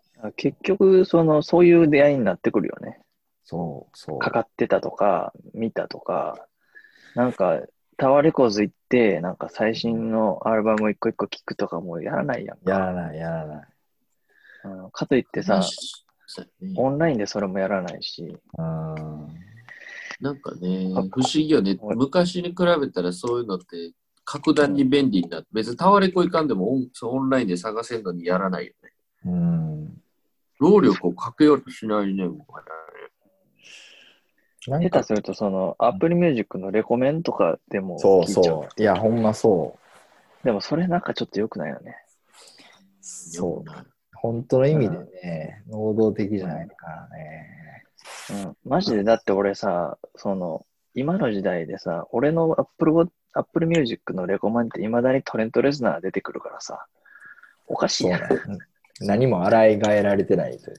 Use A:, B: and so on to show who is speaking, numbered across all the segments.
A: から結局、その、そういう出会いになってくるよね。
B: そう、そう。
A: かかってたとか、見たとか、なんか、タワレコズ行って、なんか最新のアルバム一個一個聞くとかもうやらないやん
B: や
A: か。
B: らない、やらない。
A: うんかといってさ、
C: そうやね
A: オンラインでそれもやらないし、
B: うん。
C: なんかね、
A: あ
C: 不思議よね。昔に比べたらそういうのって、格段に便利になって、別にタワレコ行かんでもオンそうオンラインで探せるのにやらないよね。
B: うん。
C: 労力をかけようとしないね、もう我々
B: なん
A: 下
B: か
A: 手するとその、アップルミュージックのレコメンとかでも
B: そう
A: 聞いちゃう。
B: そう。いや、ほんまそう。
A: でもそれなんかちょっと良くないよね。
B: そう。本当の意味でね、能動的じゃないからね。
A: うん、マジでだって俺さ、その、今の時代でさ、俺の Apple, Watch- Apple Music のレコマンって未だにトレント・レズナー出てくるからさ、おかしい
B: そう
A: や
B: だ。何も洗い替えられてないとい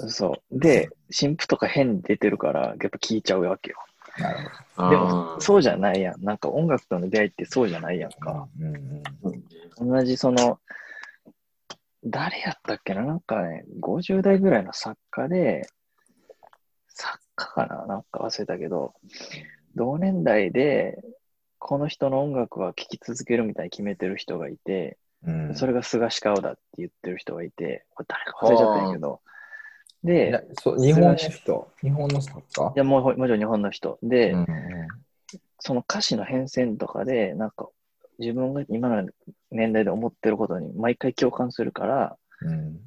B: う。
A: ん。そう。で、新譜とか変に出てるから、やっぱ聞いちゃうわけよ。
B: なる
C: あー
A: でも、そうじゃないやん。なんか音楽との出会いってそうじゃないやん
B: ほど
A: か。。
B: うんうん
C: そうね
A: 同じその、誰やったっけななんかね、50代ぐらいの作家で、作家かななんか忘れたけど、同年代で、この人の音楽は聴き続けるみたいに決めてる人がいて、
B: うん
A: それが菅氏顔だって言ってる人がいて、これ誰か忘れちゃったんやけど、で、
B: なそう日本の人、日本の作家
A: いやもうもちろん日本の人で、
B: うんうん
A: その歌詞の変遷とかで、なんか自分が今の年代で思ってることに毎回共感するから、
B: うん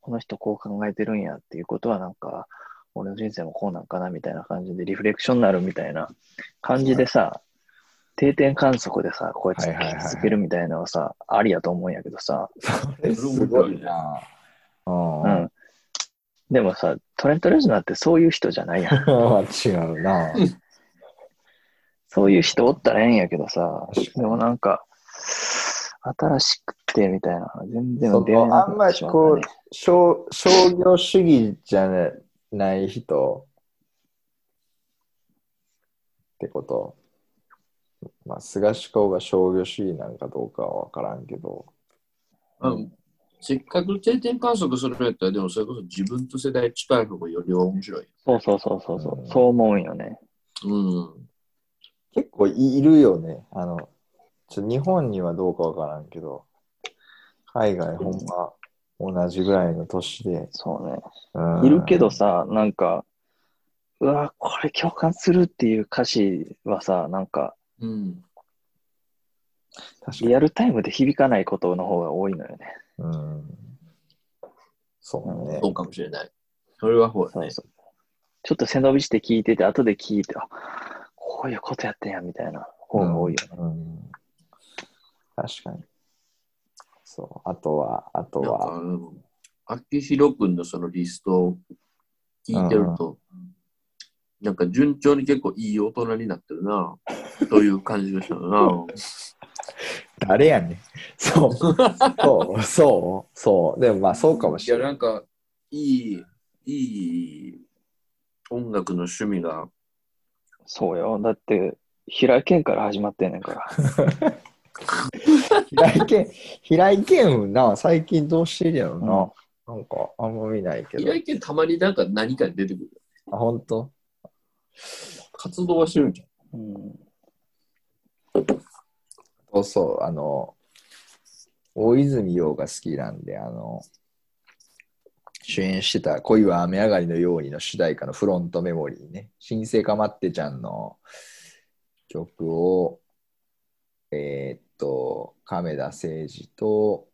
A: この人こう考えてるんやっていうことはなんか、俺の人生もこうなんかなみたいな感じでリフレクションになるみたいな感じでさ、定点観測でさ、こうやって
B: はいはい
A: 聞
B: はい
A: き続けるみたいなのはさ、ありやと思うんやけどさ、
B: これすごいな。う。
A: うんん。でもさ、トレント・レズナーってそういう人じゃないやん。
B: 違うな。
A: そういう人おったらええんやけどさ、
B: 確か
A: で
B: に
A: もなんか、新しくてみたいな、全然
B: そ
A: 出会え
B: の
A: な
B: あ
A: く
B: ん
A: な
B: ま
A: っ
B: り
A: てしまった
B: こ
A: ね
B: う商、商業主義じゃない人ってこと。まあ、菅氏公が商業主義なんかどうかは分からんけど。
C: あのせっかく定点観測するんやったら、でもそれこそ自分と世代近い方がより面白い。
A: そうそうそうそうそう、
B: うん
A: そう思うんよね。
C: うん。
B: 結構いいるよね。あの、ちょ日本にはどうかわからんけど、海外ほんま同じぐらいの年で。
A: そうね。
B: うん
A: いるけどさ、なんか、うわ、これ共感するっていう歌詞はさ、なんか、
C: うん。
B: 確かに
A: リアルタイムで響かないことの方が多いのよね。
B: うん。そうね
C: そ。うかもしれない。それはほう
A: そ
C: ね
A: う。そう。ちょっと背伸びして聞いてて、後で聞いて、あこういうことやってんや、みたいな方が多いよね。
B: うん。確かに。そう。あとは、あと
C: なんか
B: は、
C: あの、秋広くんのそのリストを聞いてると、なんか順調に結構いい大人になってるな、という感じがしたな。
B: 誰やねん。そう。そう。そう。そう。でもまあそうかもしれ
C: い
B: な
C: や、ないん。か、いい、いい音楽の趣味が、
A: そうよ。だって、平井堅から始まってんねんから。
B: 平井健、平井健な、最近どうしてるやろ
A: うん
B: な。なんかあんま見ないけど
C: 平。井堅たまになんか何かに出てくる。
B: あ、ほんと
C: 活動はしてるんじ
A: うん、
B: そうそう、あの、大泉洋が好きなんで、あの、主演してた恋は雨上がりのようにの主題歌のフロントメモリーね、新生かまってちゃんの曲を、えーっと、亀田誠治と、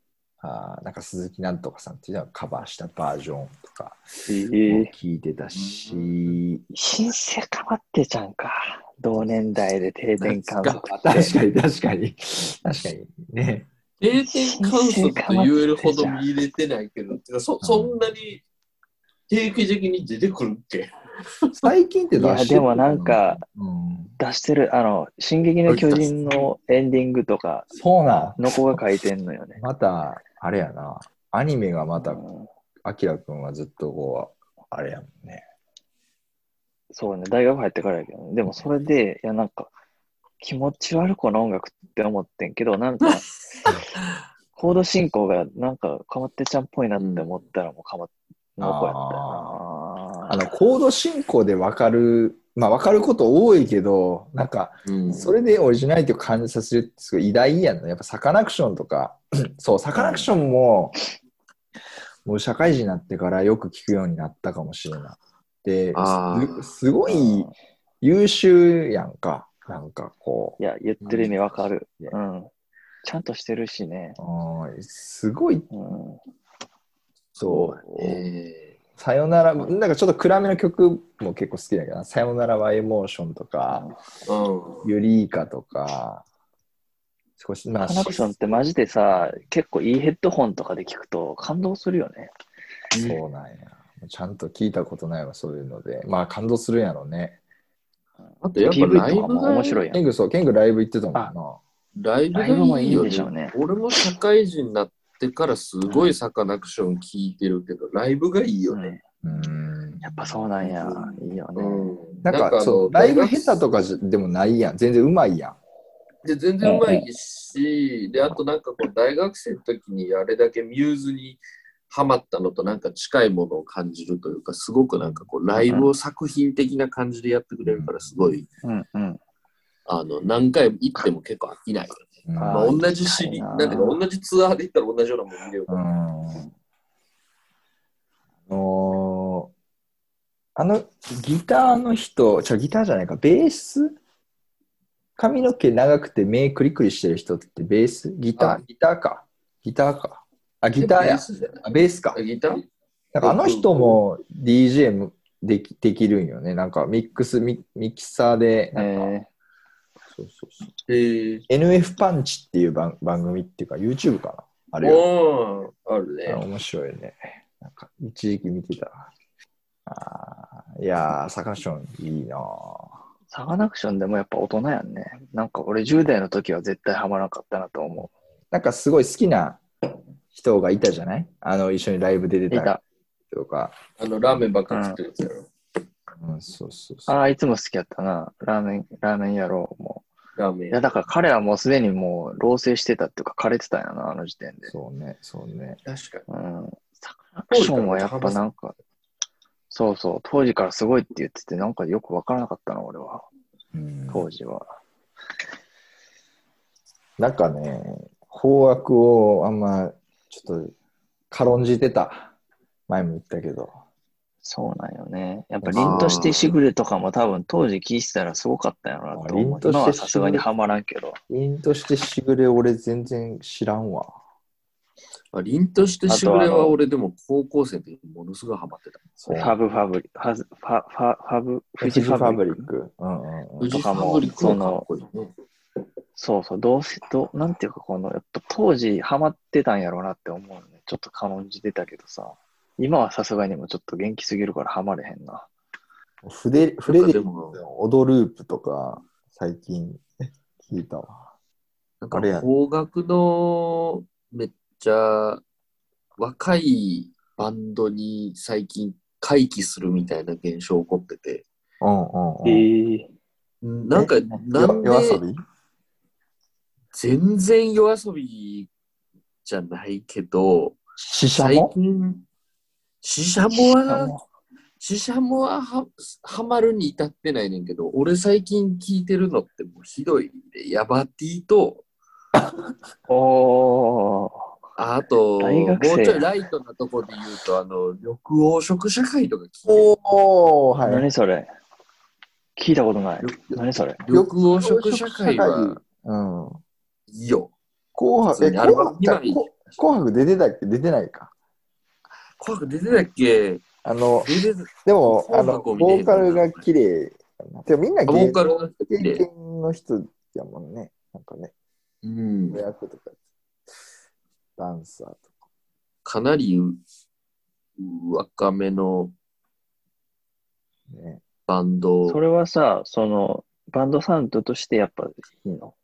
B: あーなんか鈴木なんとかさんっていうのがカバーしたバージョンとか
A: え
B: も
A: ー、
B: 聞いてたし、
A: 新生かまってちゃんか。同年代で定点観測
B: 確
A: って。
B: かに確かに、確かに ね。
C: ゃん。定点観測と言えるほど見れてないけど、てかそそんなに定期的に出てくるっけ
B: 最近って出して
A: いやで
B: る
A: もなんか、
B: うん、
A: 出してる、あの、進撃の巨人のエンディングとか、
B: そうなん
A: の子が書いてんのよね。
B: また、あれやな、アニメがまた
A: う、ん
B: アキラくんはずっとこう、あれやもんね。
A: そうね、大学入ってからやけどね、でもそれで、いやなんか、気持ち悪くの音楽って思ってんけど、なんか、コード進行がなんか、かまってちゃんっぽいなって思ったらもうかまっの子やったよな。
B: あの、コード進行で分かる、まあ分かること多いけど、なんか、
C: うん。
B: それでオリジナリティを感じさせるってすごい偉大やんの。やっぱサカナクションとか、 そう、サカナクションも、もう社会人になってからよく聞くようになったかもしれない。で
C: あー、
B: すすごい優秀やんか。なんかこ
A: いや、言ってる意味わかる。
B: ね
A: うん。ちゃんとしてるしね。
B: う、うんすごい、
A: うん。
B: そう、
C: え
B: さよなら、なんかちょっと暗めの曲も結構好きだけどな、さよならはエモーションとか、
C: ー
B: ユリイカとか、少し、まあ、
A: カナクションってマジでさ、結構いいヘッドホンとかで聞くと感動するよね。
B: そうなんや。ちゃんと聞いたことないわ、そういうので。まあ、感動するんやろうね。
C: あとやっぱ
A: PV
C: ライ
A: とか
C: ブ
A: も
C: が
A: 面白いやん
B: ケン。グ、そう、ケングライブ行ってたもんな。
C: ライブが
A: ライブも
C: い
A: い
C: い
A: い
C: よ
A: でしょうね
C: ね。俺も社会人になってからすごいサカナクション聞いてるけど、ライブがいいよね。
B: うーん。
A: やっぱそうなんや。いいよね。
B: なんか、
C: あ
B: そ
C: の
B: う、ライブ下手とかじゃでもないやん。全然うまいやん。
C: で全然うまいし、で、あとなんかこう、大学生の時にあれだけミューズにハマったのとなんか近いものを感じるというか、すごくなんかこう、ライブを作品的な感じでやってくれるから、すごい、
A: うんうん。
C: あの、何回も行っても結構飽きないよね。
B: うん
A: あー
C: まあ、同じシ
A: いい
C: リ
A: な
C: な
A: あ
C: んていうか、同じツアーで行ったら同じようなもん見れる
B: うーん。あのーあの、ギターの人、じゃギターじゃないか、ベース髪の毛長くて目クリクリしてる人ってベースギタ
C: あ
B: ーギターか。ギターか。あ、ギターや。あベースか。
C: ギター
B: なんかあの人も DJ もできできるんよね。なんかミックス、ミミキサーで
A: え
B: なんか、
A: ー、
B: そうそうそう
C: えー、
B: NF パンチっていう番番組っていうか YouTube かな。あれよ。
C: おーある
B: あ
C: ね。
B: 面白いね。なんか一時期見てた。あーいやー、サカナクションいいなぁ
A: サガナクションでもやっぱ大人やんね。なんか俺10代の時は絶対ハマらなかったなと思
B: なんかすごい好きな人がいたじゃないあの、一緒にライブで出
A: う。い
B: た
A: た。
B: 人とか。
C: あの、ラーメンばっか作ってるやつやろ。
B: うん、そうそうそう。
A: ああ、いつも好きやったな。ラーメン、ラーメン野郎も。
C: ラーメン
A: いや、だから彼はもうすでにもう老成してたっていうか枯れてたんやな、あの時点で。
B: そうね、そうね。
C: 確かに。
A: うん。サカナクションはやっぱなんか、そうそう、当時からすごいって言ってて、なんかよくわからなかったな、俺は。
B: うん
A: 当時は。
B: なんかね、方角をあんま、ちょっと、軽んじてた。前も言ったけど。
A: そうなんよね。やっぱ、凛としてしぐれとかも多分当時聞いてたらすごかったんやろなと思
B: あ凛
A: う。
B: としてし
A: 今
B: ぐれ
A: はさすがにはまらんけど。
B: 因としてしぐれ俺全然知らんわ。
C: あ、凛としてしぐれ
A: あとあ
C: は
A: の
C: 俺でも高校生の時にものすごいハマってた。
B: そ
A: ファブファブリ、ファズ、ファ、ファ、ファブ、フ
B: 富
A: ジ
B: 士
A: フ
B: フ
A: ァ
B: ァ
A: ブ
B: ブ
A: リ
B: リ
A: ック
B: ッ。ク。うんうんうん
C: フジ
A: と
C: ファ
A: かも
C: ブリックはかっこいいね。
A: そうそう、どうせ、どうなんていうか、この、やっぱ当時ハマってたんやろうなって思うよね。ちょっと軽んじてたけどさ。今はさすがにもうちょっと元気すぎるからハマれへんな。
B: フレフレ
C: なん
B: デ
C: か
B: リ
C: で
B: ッ
C: も
B: ク、の踊ループとか、最近聞いたわ。
C: なん
B: あれ
C: か
B: や
C: 邦楽のめっちゃ若いバンドに最近回帰するみたいな現象起こってて、
B: うんうんうん。
A: え
C: なんか、なん
B: 夜遊
C: で
B: び
C: 全然夜遊びじゃないけど、
B: 死者
C: 最
B: も
C: 近、シシャモはシシャモははハマるに至ってないねんけど、俺最近聞いてるのってもうひどいんで、ヤバティと、
A: おー。
C: ああと、
A: 大
C: もう
A: 学生や
C: ちょいライトなとこで言うと、あの、緑黄色社会とか聞いて
B: おー、はい。
A: 何それ聞いたことない。
C: る。
A: 何それ
C: 緑黄色社会は、
B: うん。
C: いいよ。
B: 紅白、
C: 普通
B: え、
C: にアル
B: 紅
C: バム
B: 白じゃあ
C: 二枚
B: こ紅白出てたっけ出てないか。
C: 紅白出てたっけ
B: あの、
C: 出てた。
B: でも、
C: 紅
B: あ
C: 白
B: の、
C: を見れ
B: ボ
C: る
B: ーカルが綺麗やなでもみんな
C: あボー
B: 芸
C: カルの人綺
B: 経
C: 麗。
B: 験の人やもんね。なんかね、
C: うん
B: 子。役とか、ダンサーとか。
C: かなりう若めの
B: ね、
C: バンド。
A: それはさ、その、バンドサウンドとしてやっぱいいの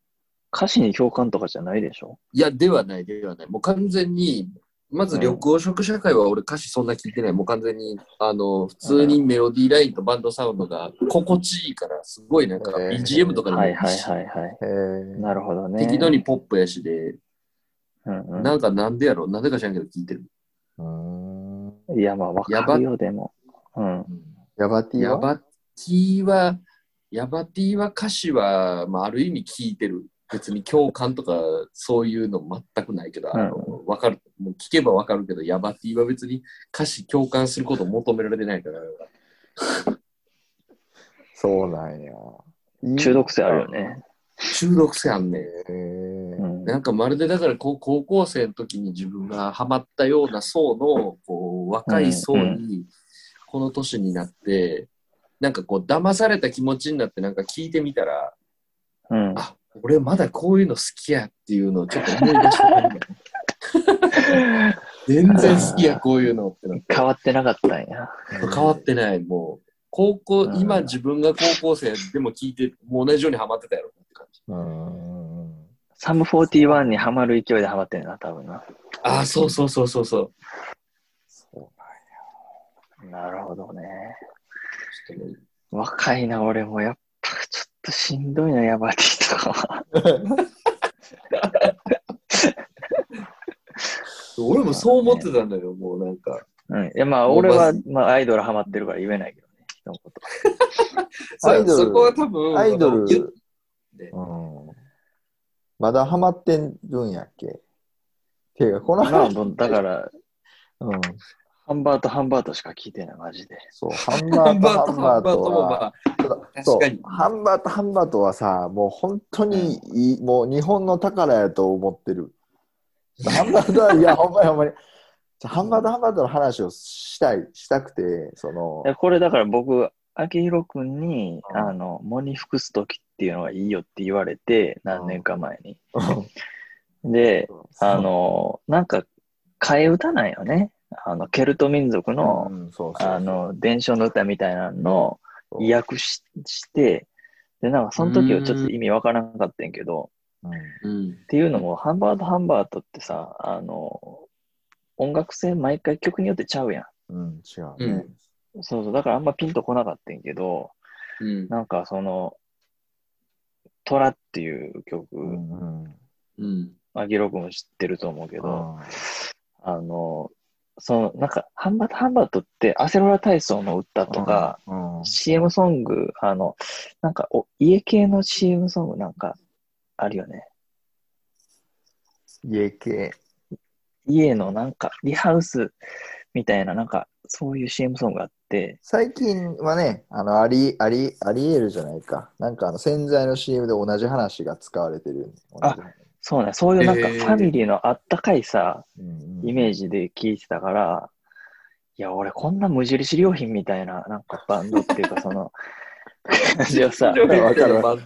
A: 歌詞に共感とかじゃないでしょ
C: いや、ではない、ではない。もう完全に、まず緑黄色社会は俺歌詞そんな聞いてない。もう完全に、あの、普通にメロディーラインとバンドサウンドが心地いいから、すごいなんか
B: えー
C: BGM とかでも
A: はいい
C: い
A: はい
C: し、
A: はいはい。
B: えー、
A: なるほどね。
C: 適度にポップやしで、
A: うんうん。
C: なんかなんでやろなんでか知らんけど聞いてる。
B: うーん。
A: いや、まあ、わかるよ、でも。うん。
B: ヤバティ
C: ヤ
B: は
C: バティは、ヤバティは歌詞は、まあ、ある意味聞いてる。別に共感とかそういうの全くないけど、あのわかるもう聞けばわかるけど、ヤバティは別に歌詞共感することを求められてないから、
B: そうなんや。いい
A: 中毒性あるよね。
C: 中毒性あんねん。
B: へー
A: うん。
C: なんかまるでだからこう高校生の時に自分がハマったような層のこう若い層
A: うんう
C: にこの年になってなんかこう騙された気持ちになってなんか聞いてみたら
A: うん。
C: あ俺まだこういうの好きやっていうのをちょっと思い出した 全然好きやこういうのってなって
A: 変わってなかったんや。
C: 変わってないもう高校
A: うん
C: 今自分が高校生でも聞いてもう同じようにハマってたやろって感じ
B: うん。
A: サム41にハマる勢いでハマってんな、多分な。
C: ああそうそうそうそう そう
B: そう
A: なるほどね。
C: ちょっとね
A: 若いな、俺もやっぱちょっとしんどいな、ヤバティとかは。
C: 俺もそう思ってたんだよもうなんか
A: うん。いや、まあ、
C: もう
A: 俺はま
C: ま、
A: あ、アイドルハマってるから言えない けどね、人のこと。
B: アイドル
C: そこは多分、
B: アイドル
C: 言っ
B: うんまだハマってるんやっけていうか、この
A: まあ、
B: 話、
A: もうだから、
B: うん、
A: ハンバート、ハンバートしか聞いてない、マジで。
B: そう、ハンバ
C: ハン
B: ート、
C: バー
B: ハ
C: と
B: ンバ
C: ハンバ
B: ー
C: ー
B: ト
C: ともま
B: は、
C: あ、
B: そ
C: 確
B: う
C: かに、
B: ハンバート、ハンバートはさ、もう本当にいい、もう日本の宝やと思っ てる。ハンバートは、いや、ほんまにほんまに。ハンバート、ハンバートの話をしたい、したくて、その
A: い、やこれだから僕、あきひろくんに、
B: うん
A: あの、喪に服す時っていうのがいいよって言われて、何年か前に。 で、あの、なんか、替え歌なんよね。あの、ケルト民族の、
B: うん、そうそう
A: あの、伝承の歌みたいなの
B: そう
A: を意訳しして、で、なんかその時はちょっと意味わからなかったんやけど、
B: うん
C: うん
A: っ、ていうのも、ハンバートハンバートってさ、あの、音楽性毎回曲によってちゃうや
B: うん、違うね。
A: ん。そうそう、だからあんまピンとこなかったんやけど、
C: うん、
A: なんかその、トラっていう曲、
B: うん、うん。
C: うん、
A: アギロ君も知ってると思うけ
B: け
A: ど、あの、その、なんか、ハンバート、ハンバートって、アセロラ体操の歌とか、、
B: うん、
A: CM ソング、あの、なんかお、家系の CM ソングなんか、あるよね。
B: 家系。
A: 家のなんか、リハウスみたいな、なんか、そういう CM ソングがあって、
B: 最近はね、あの、あり、あり、ありえるじゃないか。なんかあの、洗剤の CM で同じ話が使われてるよね。
A: あ
B: 同じ話
A: そうね、そういうなんか、
C: へ
A: フ
C: ー
A: ァミリーのあったかいさ、
B: うんうん
A: イメージで聞いてたから、いや、俺こんな無印良品みたいな、なんかバンドっていうか、そ の、感じを さ、
B: るわかる
C: わ。
B: わか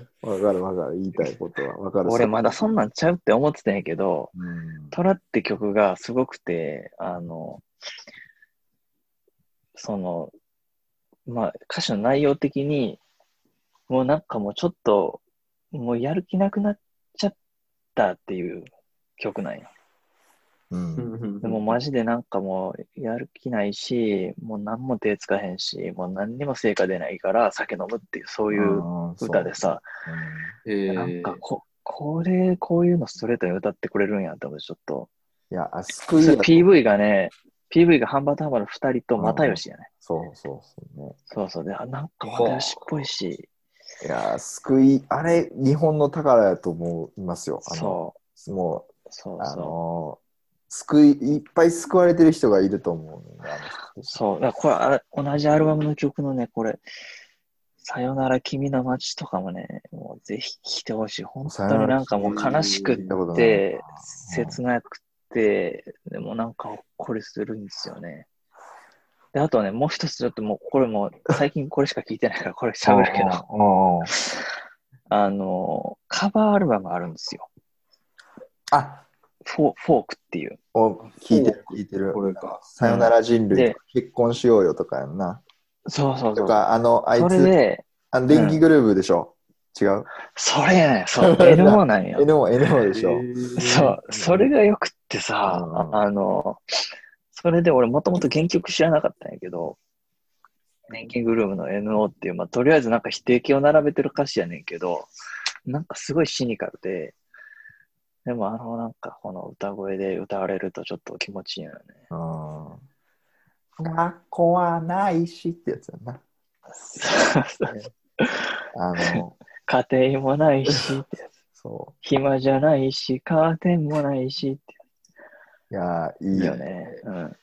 B: るわかる。言いたいことはわかる。
A: 俺まだそんなんちゃうって思ってたんやけど、
B: うん。
A: トラって曲がすごくて、あの、その、まあ、歌詞の内容的に、もうなんかもうちょっと、もうやる気なくなっちゃったっていう曲なんよ。
B: うん。
A: でもマジでなんかもうやる気ないし、もう何も手つかへんし、もう何にも成果出ないから酒飲むっていう、そういう歌でさ、
B: う
C: えー
A: なんかこ、これ、こういうのストレートに歌ってくれるんやって思って、ちょっと。
B: ん。いや、あ
A: そ
B: 救い
A: れ
B: や。
A: PV がね、PV がハンバートハンバーの2人と又吉やね。
B: そうそうそうね。
A: そうそう。で、あなんか又吉っぽいし、
B: いや、救い、あれ、日本の宝やと思いますよ。あの、
A: そう、
B: も
A: そう
B: う、あ
A: そう。
B: の、救い、いっぱい救われてる人がいると思うね。あの
A: そう、だからこれあれ、同じアルバムの曲のね、これ、さよなら君の街とかもね、もうぜひ聴いてほしい。本当になんかもう悲しくっ
C: 聞い
B: たことない
A: て
B: な、
A: 切なくて、でもなんかほっこりするんですよね。で、あとね、もう一つちょっともう、これもう最近これしか聴いてないから、これ喋るけど、
B: うんうん
A: あの、カバーアルバムあるんですよ。
B: あ、
A: フォーフォークっていう。
B: お、聞いてる、
C: フォーク
B: 聞いてる
C: こ。れか。
B: さよなら人類
A: で
B: とか、結婚しようよとかやんな。
A: そうそうそ
B: と
A: う。
B: か、あの、あい
A: それ
B: つ、
A: で、
B: あの電気グルーブでしょ。違う
A: それやねん、そう、NO なんよ。
B: ?NO、NO でし
C: え
B: ょ。
C: ー
A: そう、それがよくってさ、
B: うん
A: あの、それで俺もともと原曲知らなかったんやけど、年金グルームの NO っていう、まあ、とりあえずなんか否定形を並べてる歌詞やねんけど、なんかすごいシニカルで、でもあ のなんかこの歌声で歌われるとちょっと気持ちいいのよね。
B: うん学校はないしってやつやな。あの、
A: 家庭もないしってやつ、
B: そ
A: 暇じゃないし、カーテンもないしって
B: う。いや、い
A: いい
B: いよ
A: よ
B: ね。
A: ね。うん、